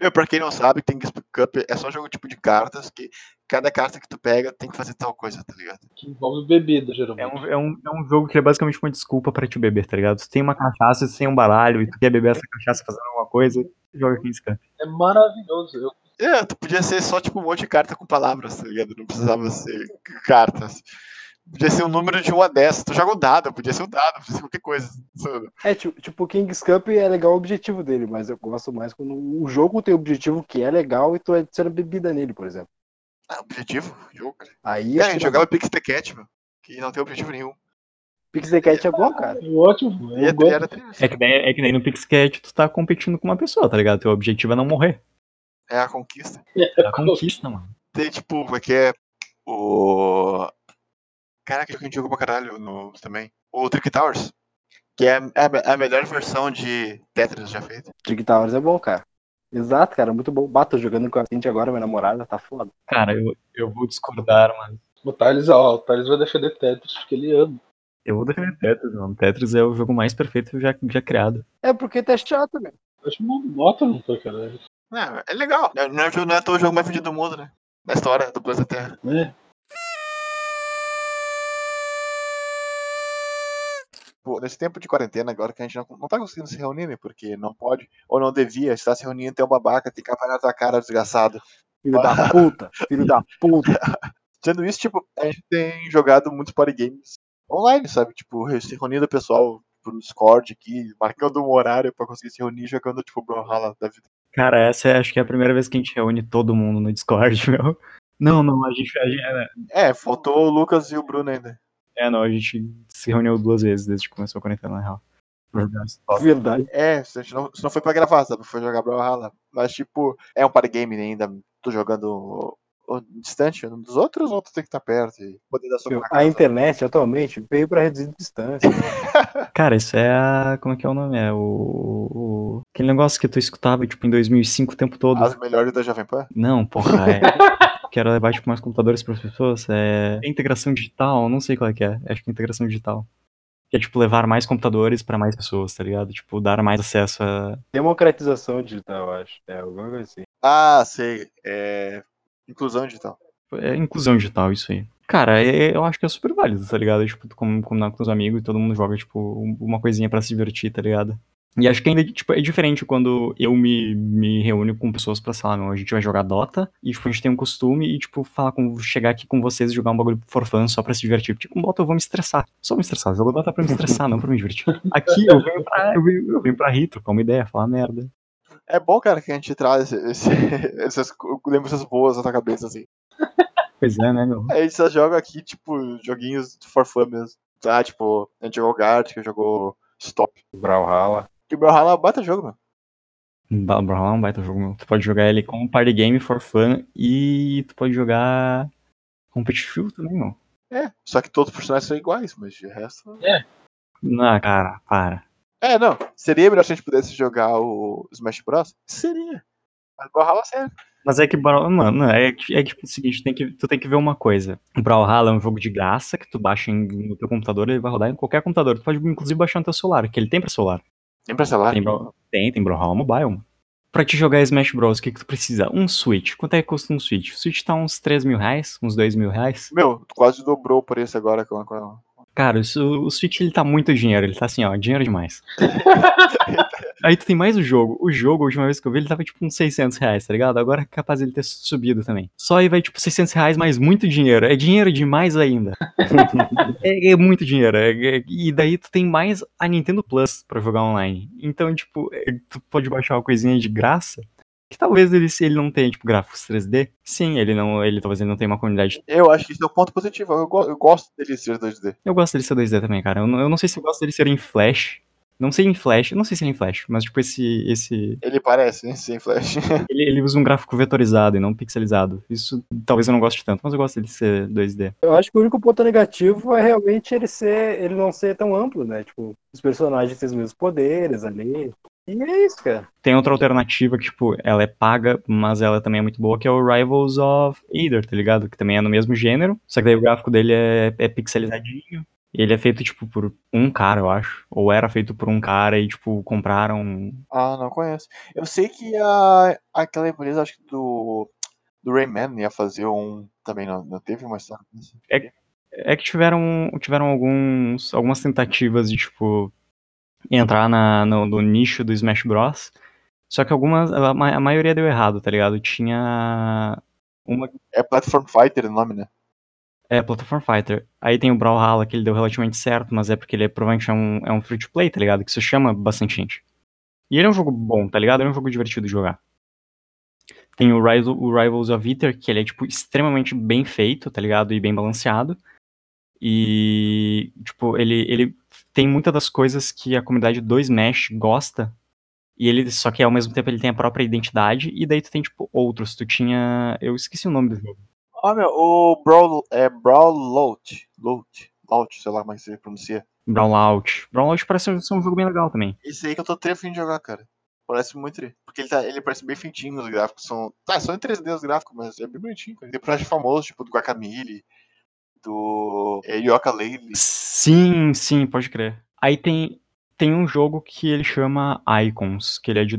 A: Meu, pra quem não sabe, Kings Cup é só um jogo tipo de cartas que cada carta que tu pega tem que fazer tal coisa, tá ligado?
D: que envolve bebida,
C: É
D: geralmente.
C: um, é, um, é um jogo que é basicamente uma desculpa pra te beber, tá ligado? Tu tem uma cachaça, tu tem um baralho, e tu quer beber essa cachaça fazendo alguma coisa, tu joga King's Cup.
D: É, maravilhoso. Eu,
A: É, tu podia ser só tipo um monte de carta com palavras, tá ligado? Não precisava ser cartas. Podia ser um número de 1 a 10. Tu joga um dado, podia ser um dado, podia ser qualquer coisa. sabe?
B: É, ti- tipo, o King's Cup é legal o objetivo dele, mas eu gosto mais quando o jogo tem um objetivo que é legal e tu adiciona bebida nele, por exemplo.
A: Ah, objetivo? Jogo, cara.
B: Aí
A: É, a
B: acho
A: gente
B: que
A: jogava Pix the Cat, meu. Que não tem objetivo nenhum.
B: Pix the Cat é bom, cara.
D: eu ótimo.
A: E
D: Eu
A: até
D: gosto.
A: era triste.
C: É que, daí, é que daí no PixCat tu tá competindo com uma pessoa, tá ligado? Teu objetivo é não morrer.
A: É a conquista.
C: É a conquista, mano.
A: Tem tipo, como é que é? O. Caraca, que a gente jogou pra caralho no, também. O Trick Towers. Que é a, a- a melhor versão de Tetris já feita.
B: Trick Towers é bom, cara. Exato, cara, muito bom. Bato jogando com a gente agora, minha namorada, tá foda.
C: Cara, eu, eu vou discordar, mano.
D: O Thales, ó, o Thales vai defender Tetris porque ele ama.
C: Eu vou defender Tetris, mano. Tetris é o jogo mais perfeito já, já criado.
B: É porque tá chato, né?
D: Eu acho monótono pra caralho.
A: Não, é legal. Não, não é, o jogo- não é à toa o jogo mais vendido do mundo, né? Na história do planeta Terra.
D: É.
A: Pô, nesse tempo de quarentena agora que a gente não, não tá conseguindo se reunir, né? Porque não pode, ou não devia, estar se reunindo tem um babaca, tem capa na tua cara, desgraçado.
B: Filho da puta, filho da puta.
A: Sendo isso, tipo, a gente tem jogado muitos party games online, sabe? Tipo, se reunindo o pessoal tipo, no Discord aqui, marcando um horário pra conseguir se reunir jogando, tipo, Brawlhalla da vida.
C: Cara, essa é, acho que é a primeira vez que a gente reúne todo mundo no Discord, meu. Não, não, a gente, a gente- é,
A: É, faltou o Lucas e o Bruno ainda.
C: é, não, a gente se reuniu duas vezes desde que começou a quarentena, na real. Verdade.
B: Verdade.
A: É, se a gente não, se não foi pra gravar, sabe? Foi jogar Brawlhalla. Mas, tipo, é um party game né, ainda. Tô jogando ó, distante um dos outros, ou tu tem que estar perto e poder dar soco
B: Meu,
A: na
B: A
A: cara.
B: internet atualmente veio pra reduzir distância.
C: Cara, isso é a. Como é que é o nome? É o. o- Aquele negócio que tu escutava, tipo, em 2005 o tempo todo.
A: As melhores da Jovem Pan?
C: Não, porra, é. que era levar, tipo, mais computadores pras pessoas. É. Integração digital, não sei qual é que é. Acho que é integração digital. Que é, tipo, levar mais computadores pra mais pessoas, tá ligado? Tipo, dar mais acesso a.
B: Democratização digital, eu acho. É, alguma coisa assim.
A: Ah, sei. É. Inclusão digital.
C: É, inclusão digital, isso aí. Cara, é- eu acho que é super válido, tá ligado? Tipo, tu com- combinar com os amigos e todo mundo joga, tipo, um- uma coisinha pra se divertir, tá ligado? E acho que ainda, tipo, é diferente quando eu me, me reúno com pessoas pra, sei lá, meu, a gente vai jogar Dota e, tipo, a gente tem um costume e, tipo, falar com, chegar aqui com vocês e jogar um bagulho for fun só pra se divertir. Tipo, um Dota eu vou me estressar. Só me estressar. Eu jogo Dota pra me estressar, não pra me divertir. Aqui eu venho pra, eu venho, eu venho pra rir, trocar uma ideia, falar merda.
A: É bom, cara, que a gente traz esse- essas lembranças boas na tua cabeça, assim.
C: Pois é, né, meu?
A: A gente só joga aqui, tipo, joguinhos for fun mesmo. Tá, tipo, a gente jogou Gartic, jogou Stop.
B: Brawlhalla.
A: E Brawlhalla é um baita jogo, mano.
C: Ba- Brawlhalla é um baita jogo, meu. Tu pode jogar ele como party game for fun e tu pode jogar competitivo também, meu.
A: É, só que todos os personagens são iguais, mas de resto.
C: Ah, cara, para.
A: É, não. Seria melhor se a gente pudesse jogar o Smash Bros? Seria. Mas Brawlhalla serve.
C: Mas é que, Brawl- mano, é, que- é que tipo, o seguinte, tem que, tu tem que ver uma coisa. O Brawlhalla é um jogo de graça que tu baixa em- no teu computador, ele vai rodar em qualquer computador. Tu pode, inclusive, baixar no teu celular, que ele tem pra celular.
A: Nem pra celular.
C: Tem, Brawl- tem, tem Brawlhalla Mobile. mano. Pra te jogar Smash Bros, o que, que tu precisa? Um Switch. Quanto é que custa um Switch? O Switch tá uns 3 mil reais, uns 2 mil reais.
A: Meu, tu quase dobrou o preço agora com a. com a-
C: Cara, isso- o Switch ele tá muito dinheiro, ele tá assim, ó, dinheiro demais. Aí tu tem mais o jogo. O jogo, a última vez que eu vi, ele tava tipo uns 600 reais, tá ligado? Agora é capaz ele ter subido também. Só aí vai tipo 600 reais mais muito dinheiro. É dinheiro demais ainda. é, é muito dinheiro. é- é- e daí tu tem mais a Nintendo Plus pra jogar online. Então, tipo, é, tu pode baixar uma coisinha de graça. Que talvez ele, se ele não tenha, tipo, gráficos 3D. Sim, ele não. Ele talvez ele não tenha uma comunidade
A: Eu acho que isso é um ponto positivo. Eu, go- eu gosto dele ser 2D.
C: eu gosto dele ser 2D também, cara. Eu não, eu não sei se eu gosto dele ser em Flash. Não sei em Flash, não sei se ele é em Flash, mas tipo, esse. esse
A: Ele parece, né? Sem flash.
C: ele, ele usa um gráfico vetorizado e não pixelizado. Isso talvez eu não goste tanto, mas eu gosto dele ser 2D.
B: Eu acho que o único ponto negativo é realmente ele ser, ele não ser tão amplo, né? Tipo, os personagens têm os mesmos poderes ali. E é isso, cara.
C: Tem outra alternativa que, tipo, ela é paga, mas ela também é muito boa, que é o Rivals of Aether, tá ligado? Que também é no mesmo gênero, só que daí o gráfico dele é, é pixelizadinho. E ele é feito, tipo, por um cara, eu acho. Ou era feito por um cara e, tipo, compraram.
A: Ah, não conheço. Eu sei que a, aquela empresa, acho que do, do Rayman, ia fazer um. Também não, não teve tá. uma história. dessa?
C: É que tiveram, tiveram alguns, algumas tentativas de, tipo, entrar na, no, no nicho do Smash Bros. Só que algumas, a, ma- a maioria deu errado, tá ligado? Tinha uma
A: É Platform Fighter o nome, né?
C: é Platform Fighter. Aí tem o Brawlhalla, que ele deu relativamente certo, mas é porque ele é, provavelmente é um, é um free-to-play, tá ligado? Que isso chama bastante gente. E ele é um jogo bom, tá ligado? Ele é um jogo divertido de jogar. Tem o, Rival, o Rivals of Ether, que ele é, tipo, extremamente bem feito, tá ligado? E bem balanceado. E, tipo, ele, ele tem muitas das coisas que a comunidade do Smash gosta. E ele, só que ao mesmo tempo ele tem a própria identidade. E daí tu tem, tipo, outros. Tu tinha. Eu esqueci o nome do jogo.
A: Ah, meu, o Brawl. É Brawl Lout. Lout. Lout, sei lá como é que se pronuncia.
C: Brawlout. Brawlout parece ser um jogo bem legal também.
A: Esse aí que eu tô tri a fim de jogar, cara. Parece muito tri. Porque ele, tá, ele parece bem feitinho nos gráficos. São, tá, são em 3D os gráficos, mas é bem bonitinho. Cara. Tem personagens famosos, tipo do Guacamole, do é, Yoka Lele.
C: Sim, sim, pode crer. Aí tem, tem um jogo que ele chama Icons, que ele é de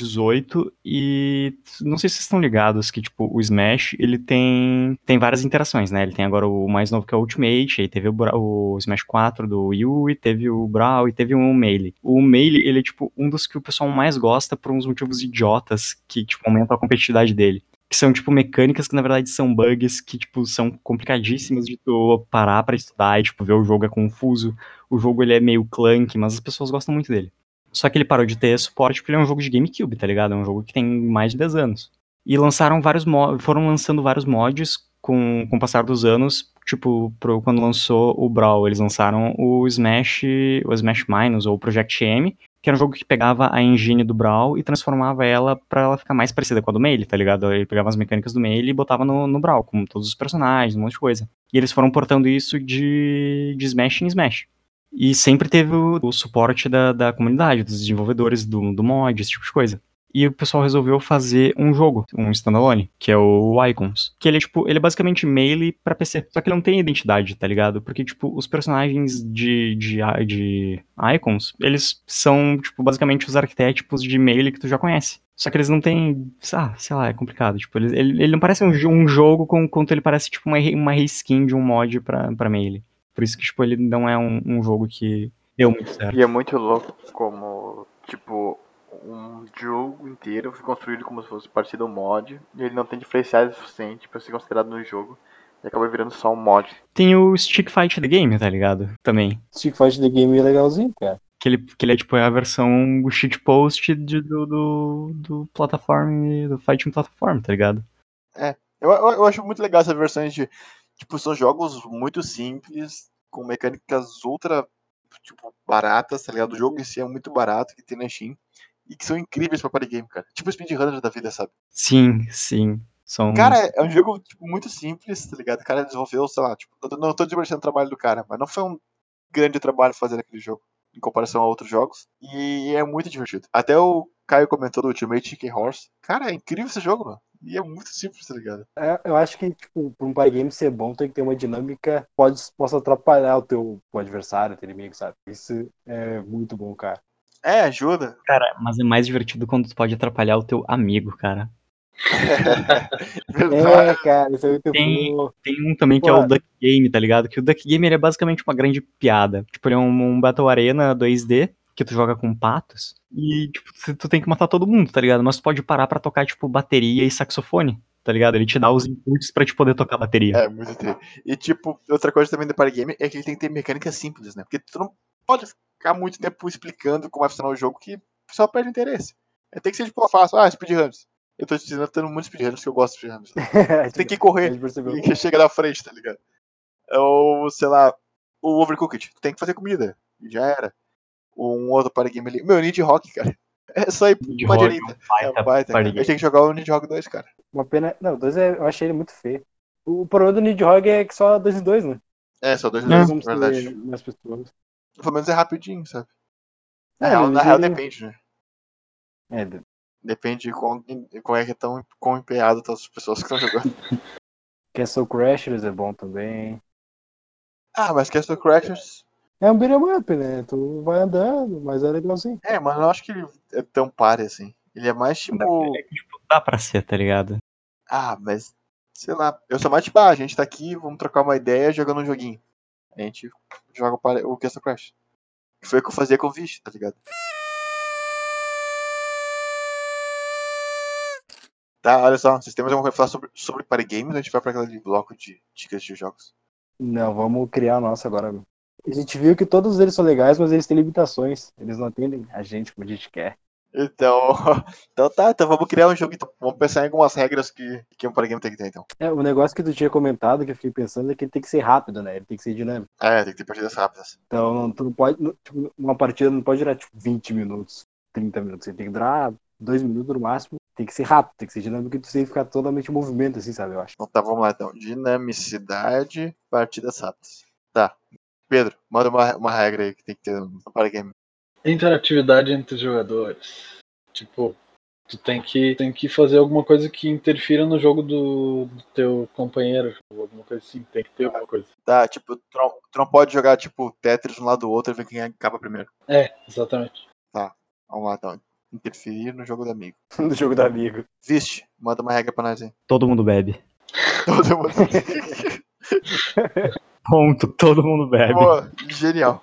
C: 2018 e não sei se vocês estão ligados que, tipo, o Smash, ele tem, tem várias interações, né? Ele tem agora o mais novo que é o Ultimate, aí teve o, Bra- o Smash 4 do Wii U, e teve o Brawl, e teve o Melee. O Melee, ele é, tipo, um dos que o pessoal mais gosta por uns motivos idiotas que, tipo, aumentam a competitividade dele que são, tipo, mecânicas que, na verdade, são bugs que, tipo, são complicadíssimas de tu parar pra estudar e, tipo, ver o jogo é confuso. O jogo, ele é meio clunky, mas as pessoas gostam muito dele. Só que ele parou de ter suporte porque ele é um jogo de GameCube, tá ligado? É um jogo que tem mais de 10 anos. E lançaram vários mo- foram lançando vários mods com, com o passar dos anos, tipo, pro- quando lançou o Brawl, eles lançaram o Smash, o Smash Minus ou o Project M, que era um jogo que pegava a engine do Brawl e transformava ela pra ela ficar mais parecida com a do Melee, tá ligado? Ele pegava as mecânicas do Melee e botava no, no Brawl, com todos os personagens, um monte de coisa. E eles foram portando isso de, de Smash em Smash. E sempre teve o, o suporte da, da comunidade, dos desenvolvedores do, do mod, esse tipo de coisa. E o pessoal resolveu fazer um jogo, um standalone, que é o Icons. Que ele é, tipo, ele é basicamente Melee pra PC. Só que ele não tem identidade, tá ligado? Porque, tipo, os personagens de, de, a- de Icons, eles são, tipo, basicamente os arquétipos de Melee que tu já conhece. Só que eles não têm. Ah, sei lá, é complicado. Tipo, ele, ele, ele não parece um, jo- um jogo com- quanto ele parece, tipo, uma, re- uma reskin de um mod pra, pra Melee. Por isso que, tipo, ele não é um, um jogo que deu muito certo.
A: E é muito louco como, tipo, um jogo inteiro foi construído como se fosse parte do mod. E ele não tem diferenciais suficiente pra ser considerado no jogo. E acaba virando só um mod.
C: Tem o Stick Fight The Game, tá ligado? Também.
B: Stick Fight The Game é legalzinho, cara.
C: Que ele, que ele é tipo é a versão o shitpost de, do, do, do platform, do fighting platform, tá ligado?
A: Eu, eu, eu acho muito legal essas versões de. Tipo, são jogos muito simples, com mecânicas ultra, tipo, baratas, tá ligado? O jogo em si é muito barato que tem na Steam. E que são incríveis pra party game, cara. Tipo speedrunner da vida, sabe?
C: Sim, sim. São...
A: Cara, é um jogo tipo, muito simples, tá ligado? O cara desenvolveu, sei lá, tipo, eu tô- não tô desmerecendo o trabalho do cara, mas não foi um grande trabalho fazer aquele jogo em comparação a outros jogos. E é muito divertido. Até o Caio comentou do Ultimate Chicken Horse. Cara, é incrível esse jogo, mano. E é muito simples, tá ligado?
B: É, eu acho que, tipo, pra um party game ser bom, tem que ter uma dinâmica que pode, possa atrapalhar o teu o adversário, teu inimigo, sabe? Isso é muito bom, cara.
A: É, ajuda.
C: Cara, mas é mais divertido quando tu pode atrapalhar o teu amigo, cara.
A: Verdade.
B: É, cara, isso é muito
C: Tem-
B: bom.
C: Tem um também que é
B: Claro.
C: o Duck Game, tá ligado? Que o Duck Game ele é basicamente uma grande piada. Tipo, ele é um, um Battle Arena 2D que tu joga com patos e, tipo, tu- tu tem que matar todo mundo, tá ligado? Mas tu pode parar pra tocar, tipo, bateria e saxofone, tá ligado? Ele te dá os inputs pra te poder tocar bateria.
A: É, muito tri. E, tipo, outra coisa também do Party Game é que ele tem que ter mecânicas simples, né? Porque tu não pode ficar muito tempo explicando como vai funcionar o jogo que o pessoal perde o interesse. É, Tem que ser, tipo, fácil. Ah, speedruns. Eu tô te dizendo, eu tô tendo muitos speedruns que eu gosto de speedruns. Tem que
B: A
A: correr
B: gente percebeu.
A: e chega na frente, tá ligado? Ou, sei lá, o Overcooked. Tu tem que fazer comida. E já era. Ou um outro Party Game ali. Meu, Need Rock, cara. É só ir
C: Need
A: pra
C: Rock,
A: direita. É um baita, cara.
C: party
A: A gente
C: game.
A: tem que jogar o Need Rock 2, cara.
B: Uma pena. Não, dois é... eu achei ele muito feio. O problema do Nidhogg é que só dois em dois, né?
A: É, só dois
C: É.
A: jogos,
B: Como
A: na
B: se
A: verdade.
B: mais pessoas.
A: Pelo menos é rapidinho, sabe? Na,
B: É,
A: real,
B: mas
A: na real,
B: ele-
A: depende, né?
B: É, de-
A: Depende de quão, de quão é que tão, quão empenhado estão as pessoas que estão jogando.
B: Castle Crashers é bom também.
A: ah, mas Castle Crashers.
B: É um beat'em up, né? Tu vai andando, mas é legalzinho.
A: É, mas eu não acho que ele é tão pare assim. Ele é mais tipo.
C: É que, tipo, dá pra ser, tá ligado?
A: Ah, mas. Sei lá. Eu sou mais tipo, ah, a gente tá aqui, vamos trocar uma ideia jogando um joguinho. A gente joga o pare- o Castle Crash. Que Foi o que eu fazia com o Vish, tá ligado? Tá, olha só, vocês têm mais alguma coisa pra falar sobre, sobre party games? A gente vai pra aquele bloco de dicas de jogos.
B: Não, vamos criar a nossa agora. meu. A gente viu que todos eles são legais, mas eles têm limitações. Eles não atendem a gente como a gente quer.
A: Então, então tá, então vamos criar um jogo, então. Vamos pensar em algumas regras que, que um paragame tem que ter, então.
B: É, o negócio que tu tinha comentado, que eu fiquei pensando, é que ele tem que ser rápido, né? Ele tem que ser dinâmico.
A: É, tem que ter partidas rápidas.
B: Então, não, tu não pode. não- tipo, uma partida não pode durar, tipo, 20 minutos, 30 minutos. Ele tem que durar 2 minutos no máximo. Tem que ser rápido, tem que ser dinâmico e tu tem que ficar totalmente em movimento, assim, sabe? Eu acho.
A: Então tá, vamos lá, então. Dinamicidade, partidas rápidas. Tá. Pedro, manda uma, uma regra aí que tem que ter no paragame.
D: Interatividade entre os jogadores. Tipo, tu tem que, tem que fazer alguma coisa que interfira no jogo do, do teu companheiro. ou Alguma coisa assim, tem que ter alguma coisa.
A: Tá, tipo, tu não, tu não pode jogar, tipo, Tetris um lado do outro e ver quem acaba primeiro.
D: É, exatamente.
A: Vamos lá, então. Interferir no jogo do amigo.
B: No jogo do amigo.
A: Viste, manda uma regra pra nós aí.
C: Todo mundo bebe.
A: Todo mundo.
C: Ponto, todo mundo bebe.
A: Boa, genial.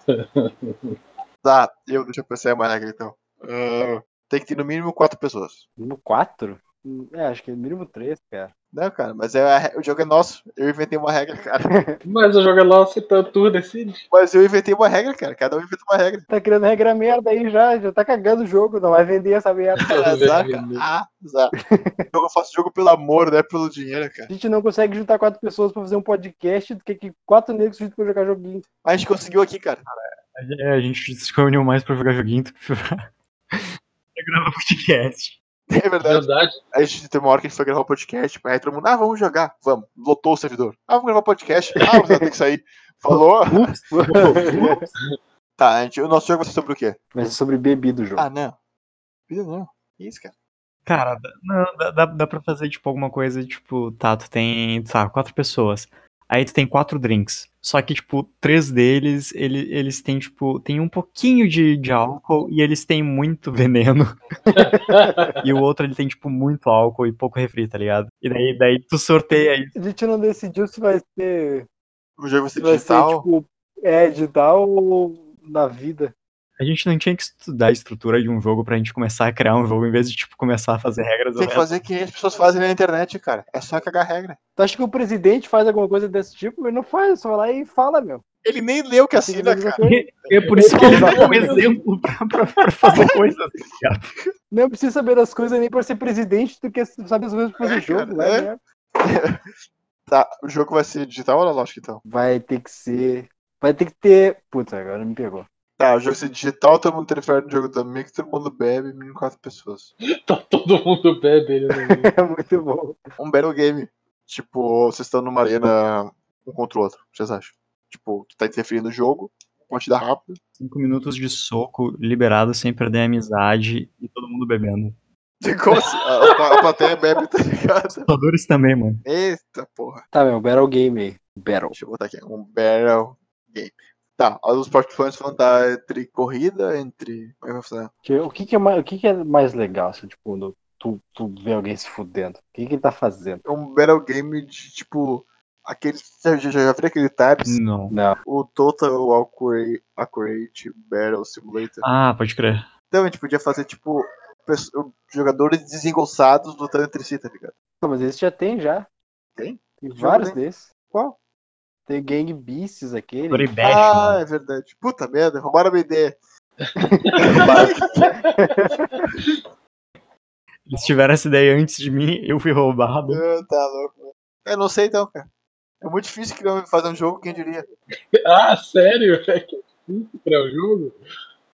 A: Tá, eu, deixa eu pensar em uma regra, então. Ah, tem que ter no mínimo quatro pessoas.
B: Mínimo 4? É, acho que é mínimo 3, cara.
A: Não, cara, mas é a re- o jogo é nosso. Eu inventei uma regra, cara.
D: Mas o jogo é lá, você tá, tu decide.
A: Mas eu inventei uma regra, cara. Cada um inventa uma regra.
B: Tá criando regra merda aí já, já tá cagando o jogo, não vai vender essa merda.
A: Cara, azar, cara. Ah, azar. Eu faço jogo pelo amor, não é pelo dinheiro, cara.
B: A gente não consegue juntar quatro pessoas pra fazer um podcast do que, que quatro negros juntos pra jogar joguinho.
A: Mas a gente conseguiu aqui, cara.
C: É, a gente se reuniu mais pra jogar joguinho do que pra pra gravar podcast.
A: É verdade.
D: Verdade.
A: A gente tem uma hora que a gente foi gravar o podcast. tipo, Aí todo mundo, ah, vamos jogar. Vamos. Lotou o servidor. Ah, vamos gravar o podcast. Ah, você tem que sair. Falou.
C: Ups, ups.
A: Tá, a gente, o nosso jogo vai ser sobre o quê?
B: Vai ser sobre bebida o jogo.
A: Ah, não. Vida não. Que Isso, cara.
C: Cara, dá- não, dá, dá, dá pra fazer, tipo, alguma coisa, tipo, tá, tu tem, tá, quatro pessoas. Aí tu tem quatro drinks. Só que, tipo, três deles, ele, eles têm, tipo, tem um pouquinho de, de álcool e eles têm muito veneno. e o outro, ele tem, tipo, muito álcool e pouco refri, tá ligado? E daí, daí tu sorteia aí.
B: A gente não decidiu se vai ser.
A: O jogo vai ser
B: Se vai ser,
A: digital.
B: tipo, é, digital ou na vida.
C: A gente não tinha que estudar a estrutura de um jogo pra gente começar a criar um jogo em vez de, tipo, começar a fazer regras.
A: Tem que
C: aleatórias.
A: fazer o que as pessoas fazem na internet, cara. É só cagar regra.
B: Tu acha que o presidente faz alguma coisa desse tipo? Ele não faz, só vai lá e fala, meu.
A: Ele nem leu o que assina, cara.
C: É por isso que ele dá um exemplo pra, pra, pra fazer coisas.
B: Não precisa saber das coisas nem pra ser presidente, tu quer saber as coisas pra fazer
A: É,
B: jogo,
A: cara, é.
B: né?
A: Tá, o jogo vai ser digital ou analógico então?
B: Vai ter que ser. Vai ter que ter. Puta, agora me pegou.
A: Tá, o jogo se digital, todo mundo interfere no jogo da Mix, todo mundo bebe, mínimo quatro pessoas.
D: Tá todo mundo bebe. Ele não...
B: É muito bom.
A: Um battle game. Tipo, vocês estão numa arena um contra o outro, vocês acham? Tipo, tu tá interferindo no jogo, é pode te dar rápido.
C: Cinco minutos de soco liberado sem perder a amizade e todo mundo bebendo.
A: Como assim? A, a, a plateia bebe, tá ligado?
C: Lutadores também, mano.
A: Eita porra.
B: Tá, meu, Battle Game aí. Battle.
A: Deixa eu botar aqui. Um battle game. Tá, os participantes vão estar entre corrida, entre. Como é que vai funcionar?
B: Que- O que que é mais, o que que é mais legal, assim, tipo, quando tu, tu vê alguém se fudendo? O que que ele tá fazendo?
A: É um battle game de tipo. Aquele. Já, já, já viram aquele Tabs?
C: Não.
B: Não.
A: O Total Accurate, Accurate Battle Simulator.
C: Ah, pode crer.
A: Então a gente podia fazer, tipo, pesso- jogadores desengonçados lutando entre si, tá ligado?
B: Não, mas esse já tem já.
A: Tem?
B: Tem
A: Jogo
B: vários
A: tem.
B: desses.
A: Qual?
B: Tem Gang Beasts aquele.
C: Floribete,
A: ah,
C: mano.
A: é verdade. Puta merda, roubaram a minha ideia.
C: Eles tiveram essa ideia antes de mim, eu fui roubado.
A: Ah, tá louco. É, não sei então, cara. É muito difícil criar, fazer um jogo, quem diria?
D: Ah, sério? É que difícil criar o jogo?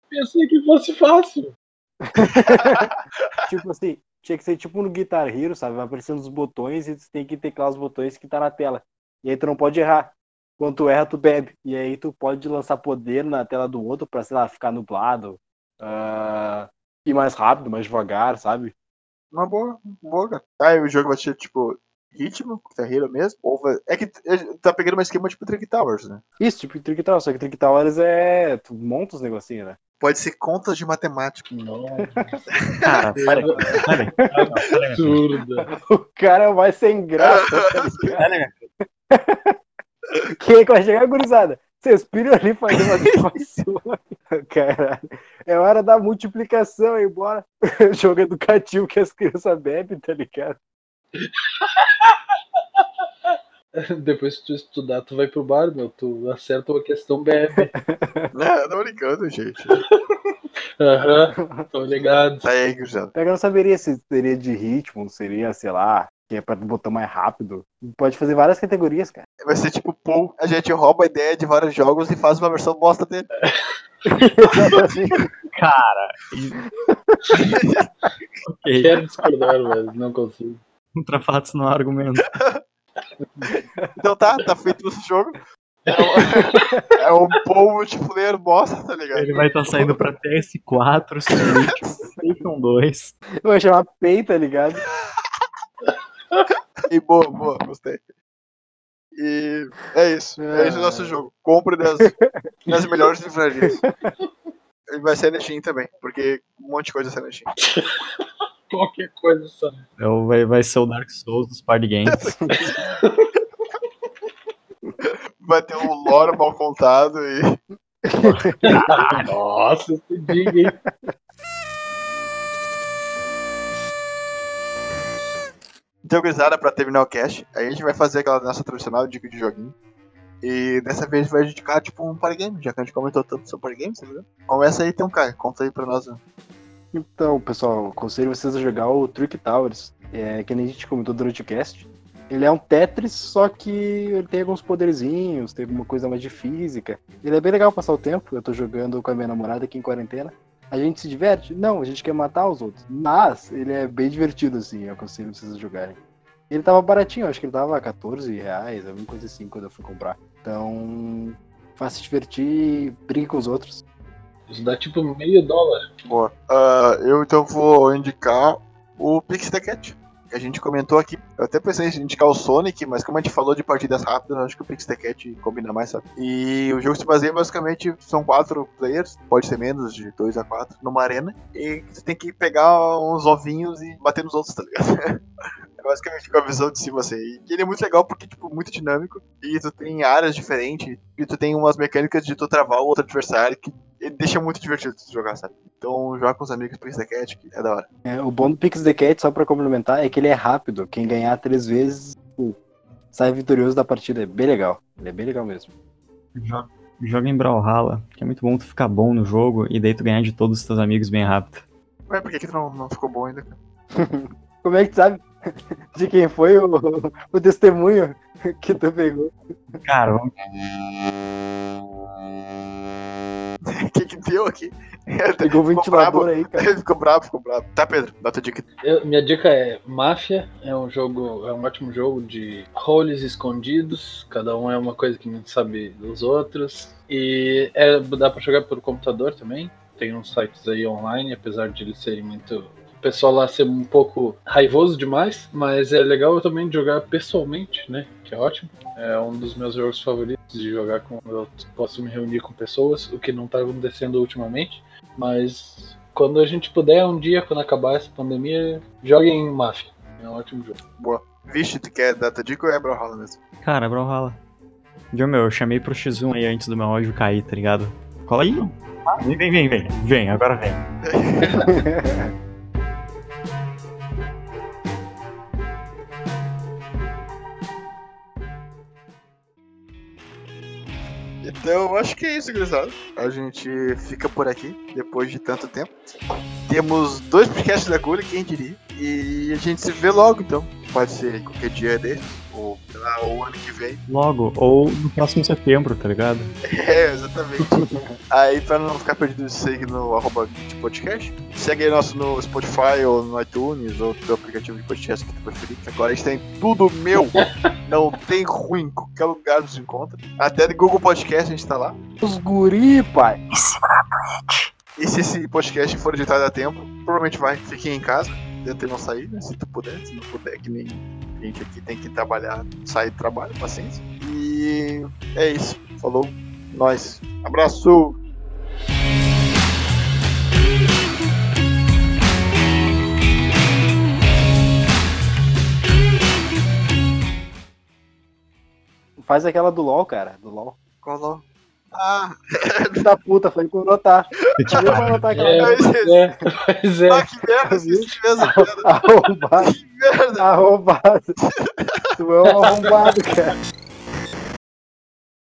D: Pensei que fosse fácil.
B: Tipo assim, tinha que ser tipo no Guitar Hero, sabe? Vai aparecendo os botões e tu tem que teclar os botões que tá na tela. E aí tu não pode errar. Quando tu erra, tu bebe. E aí tu pode lançar poder na tela do outro pra, sei lá, ficar nublado. ah, ir mais rápido, mais devagar, sabe?
A: Uma boa, uma boa, cara. Tá, e o jogo vai ser, tipo, ritmo, carreira mesmo? Ou vai... É que é, tá pegando um esquema tipo Trick Towers, né?
B: Isso, tipo Trick Tower. Só que Trick Towers é... Tu monta os negocinhos, né?
A: Pode ser contas de matemática.
D: Nossa,
C: Cara, para aí, para aí. Para aí, meu filho.
D: absurda.
B: O cara vai sem graça. tá
C: Para aí, meu filho.
B: Quem é que vai chegar, gurizada? Vocês piram ali fazendo as equações. Caralho. É hora da multiplicação aí, bora. Jogo educativo que as crianças bebem, tá ligado?
D: Depois que tu estudar, tu vai pro bar, meu. Tu acerta uma questão bebe.
A: não, tô brincando, gente.
D: Aham, tô ligado.
A: Tá aí, Gurizada.
B: Pega, eu não saberia se seria de ritmo, seria, sei lá, que é pra botar mais rápido. Pode fazer várias categorias, cara.
A: Vai ser tipo Paul. A gente rouba a ideia de vários jogos e faz uma versão bosta dele.
C: Ok,
D: Quero discordar, mas não consigo.
C: Contra fatos não há argumento.
A: Então tá, tá feito esse jogo. É um, é um Paul multiplayer bosta, tá ligado?
C: Ele vai estar saindo pra PS4, Switch, PlayStation 2.
B: Eu vou chamar PEI, tá ligado?
A: E boa, boa, gostei. E é isso. É esse o nosso jogo. Compre nas, nas melhores livrarias. Ele vai ser na Steam também, porque um monte de coisa sai na Steam.
D: Qualquer coisa só.
C: É o- Vai, vai ser o Dark Souls dos party games.
A: Vai ter um lore mal contado e.
D: Nossa, se diga, hein?
A: Então, gurizada, pra terminar o cast, a gente vai fazer aquela nossa tradicional dica de joguinho. E dessa vez vai indicar, tipo, um party game, já que a gente comentou tanto sobre party games, tá ligado? Começa aí, então, cara, conta aí pra nós. né?
B: Então, pessoal, aconselho vocês a jogar o Trick Towers, é, que nem a gente comentou durante o cast. Ele é um Tetris, só que ele tem alguns poderzinhos, tem alguma coisa mais de física. Ele é bem legal passar o tempo, eu tô jogando com a minha namorada aqui em quarentena. A gente se diverte? Não, a gente quer matar os outros. Mas ele é bem divertido, assim, eu aconselho vocês a jogarem. Ele tava baratinho, acho que ele tava 14 reais, alguma coisa assim, quando eu fui comprar. Então, faça se divertir, brigue com os outros.
D: Isso dá tipo meio dólar.
A: Boa. Ah, eu então vou indicar o Pix the Cat, que a gente comentou aqui. Eu até pensei em indicar o Sonic, mas como a gente falou de partidas rápidas, eu acho que o Pix the Cat combina mais, sabe? E o jogo se baseia basicamente, são quatro players, pode ser menos, de dois a quatro, numa arena. E você tem que pegar uns ovinhos e bater nos outros, tá ligado? É Basicamente com a visão de cima, assim. E ele é muito legal porque, tipo, muito dinâmico. E tu tem áreas diferentes. E tu tem umas mecânicas de tu travar o outro adversário que ele deixa muito divertido de jogar, sabe? Então joga com os amigos Prince the Cat, que é da hora.
B: É, o bom do Pix the Cat, só pra complementar, é que ele é rápido. Quem ganhar três vezes tipo, sai vitorioso da partida. É bem legal. Ele é bem legal mesmo.
C: Jo- Joga em Brawlhalla, que é muito bom tu ficar bom no jogo e daí tu ganhar de todos os teus amigos bem rápido.
A: Ué, por que, que não, não ficou bom ainda, cara?
B: Como é que tu sabe de quem foi o, o testemunho que tu pegou?
C: Cara, vamos...
A: O que que deu aqui? É,
B: Pegou o ventilador
A: brabo.
B: aí, cara.
A: Ele ficou bravo, ficou bravo. Tá, Pedro, dá tua dica.
D: Eu- minha dica é Máfia, é um jogo, é um ótimo jogo de roles escondidos, cada um é uma coisa que não sabe dos outros. E é, dá pra jogar por computador também. Tem uns sites aí online, apesar de eles serem muito. O pessoal lá ser um pouco raivoso demais, mas é legal também de jogar pessoalmente, né? Que é ótimo. É um dos meus jogos favoritos de jogar com. Eu posso me reunir com pessoas, o que não tá acontecendo ultimamente. Mas quando a gente puder, um dia, quando acabar essa pandemia, joguem em Mafia. É um ótimo jogo.
A: Vixe, tu quer dar tua dica ou é Brawlhalla mesmo?
C: Cara, Brawlhalla. Viu, meu? Eu chamei pro X1 aí antes do meu áudio cair, tá ligado? Cola aí. não. Vem, vem, vem, vem. Vem, agora vem.
A: Então, eu acho que é isso, gurizada. A gente fica por aqui, depois de tanto tempo. Temos dois podcasts da Gulha, quem diria. E a gente se vê logo, então. Pode ser qualquer dia desse, ou, sei lá, ou ano que vem.
C: Logo, ou no próximo setembro, tá ligado?
A: É, exatamente. aí, pra não ficar perdido, segue no arroba de podcast. Segue nosso no Spotify, ou no iTunes, ou no aplicativo de podcast que tu preferir. que Agora a gente tem tudo meu. não tem ruim, qualquer lugar nos encontra. Até no Google Podcast a gente tá lá.
B: Os guri, pai.
A: E se esse podcast for editado a tempo, provavelmente vai. Fiquem em casa, tentem não sair, né? Se tu puder, se não puder, que nem a gente aqui tem que trabalhar, sair do trabalho, paciência. E é isso. Falou. Nós. Abraço!
B: Faz aquela do LOL, cara. Do LOL.
A: Colou. Ah,
B: Filho da puta, falei que eu vou notar. Eu
C: Tipo,
B: vou notar
D: É,
B: aquela.
D: é, pois é.
A: ah, que merda, assisti mesmo, cara.
B: Arrombado.
A: Que merda.
B: Arrombado. Tu é um arrombado, cara.